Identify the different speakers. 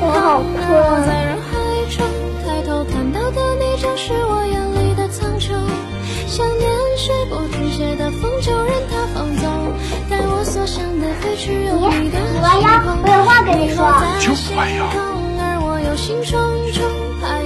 Speaker 1: 好
Speaker 2: 哇
Speaker 1: 喝。
Speaker 2: 在人海中抬头看到的你，正是我眼里的苍穹。想念随波逐流的风，就任它放纵，带我所想的飞去，有你的
Speaker 1: 弯腰，我有话跟你说。
Speaker 2: 就不弯腰。而我有心忡忡，怕